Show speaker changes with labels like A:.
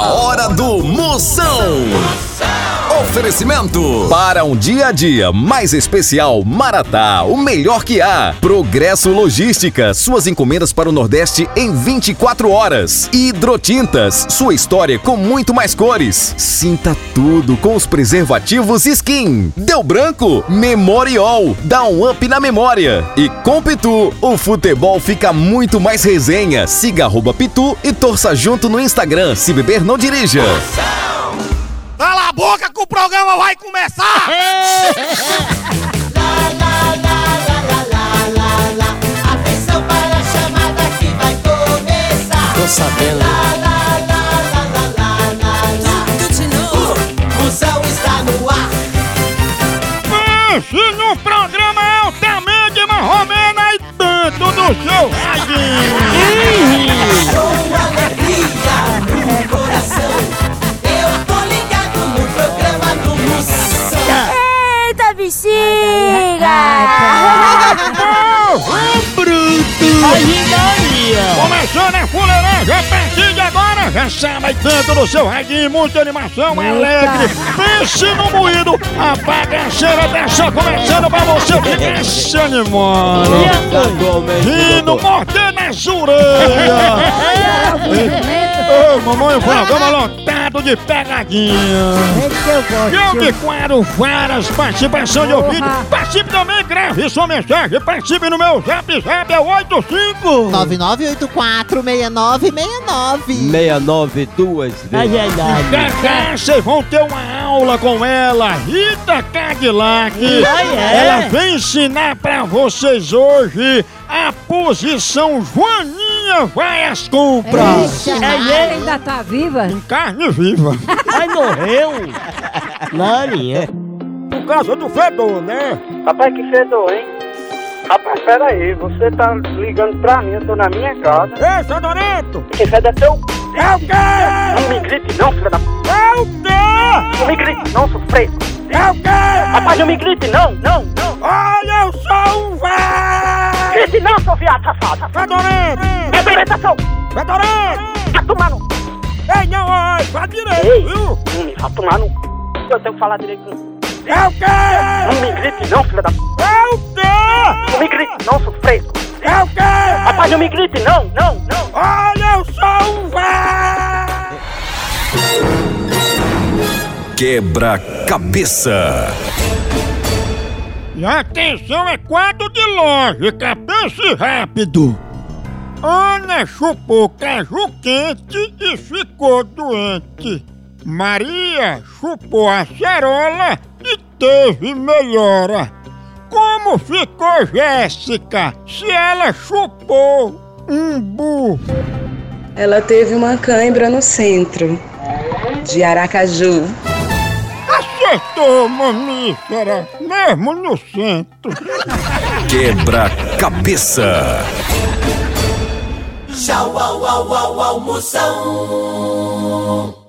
A: Mercado Moção. Oferecimento para um dia a dia mais especial Maratá, o melhor que há. Progresso Logística, suas encomendas para o Nordeste em 24 horas. Hidrotintas, sua história com muito mais cores. Sinta tudo com os preservativos Skin. Deu branco? Memorial, dá um up na memória. E com Pitu, o futebol fica muito mais resenha. Siga arroba Pitu e torça junto no Instagram. Se beber, não dirija.
B: Cala a boca que o programa vai começar!
C: Atenção para a chamada que vai começar.
D: Tô sabendo.
C: Tudo de novo. Moção está no ar.
B: Pense no programa é altamente mas romena e tanto do seu radinho.
C: Com alegria no coração. Eu tô ligado no programa do Moção.
E: Eita,
F: É,
E: bexiga!
B: Povo bruto! Começando a fuleiragem, a partir é de agora, já samba e tanto do seu radinho, muita animação, alegre. Pense no moído, a bagaceira tá só começando pra você ficar se animando. E no mordendo as orelhas. Ô, mamãe, o programa lotado de pegadinha. Eu de Quaro Varas, participação de ouvido. Participe também, grave sua mensagem. Participe no meu zap zap, é 85.
D: 69
G: 99846969.
D: duas vezes.
B: Cacá, vocês vão ter uma aula com ela, Rita Cadillac. Ela vem ensinar pra vocês hoje a posição Joaninha vai às compras.
F: Ela ainda tá viva?
B: Em carne viva.
D: Ai, morreu! Maria.
B: Por causa do fedor, né?
H: Rapaz, que fedor, hein? Rapaz, peraí, você tá ligando pra mim, eu tô na minha casa.
B: Ei, Fedoreto!
H: Que fede é teu? c****.
B: É o quê?
H: Não me grite não, filho da... p****.
B: É o quê?
H: Não me grite não, seu fresco.
B: É o quê?
H: Rapaz, não me grite não, não, não.
B: Olha, eu sou um velho!
H: Grite não, seu viado safado. safado.
B: Fedoreto!
H: É apresentação.
B: Fedoreto!
H: Vai tomar no... c****.
B: Ei, não, vai, vai direito,
H: Ei.
B: viu?
H: Não me vai tomar no... c****. Eu tenho que falar direito. Não
B: É o quê?
H: me grite não, filho da... p****.
B: É o
H: Não
B: quê?
H: me grite não, seu fresco.
B: É o quê?
H: Rapaz, não me grite não, não, não.
B: Olha, eu sou um velho!
A: Quebra-cabeça.
B: E a atenção é quadro de lógica, pense rápido. Ana chupou caju quente e ficou doente. Maria chupou a cerola e teve melhora. Como ficou Jéssica se ela chupou um burro?
I: Ela teve uma cãibra no centro de Aracaju.
B: Acertou, mamífera, mesmo no centro.
A: Quebra-cabeça.
C: Tchau, au, au, au, au, Moção.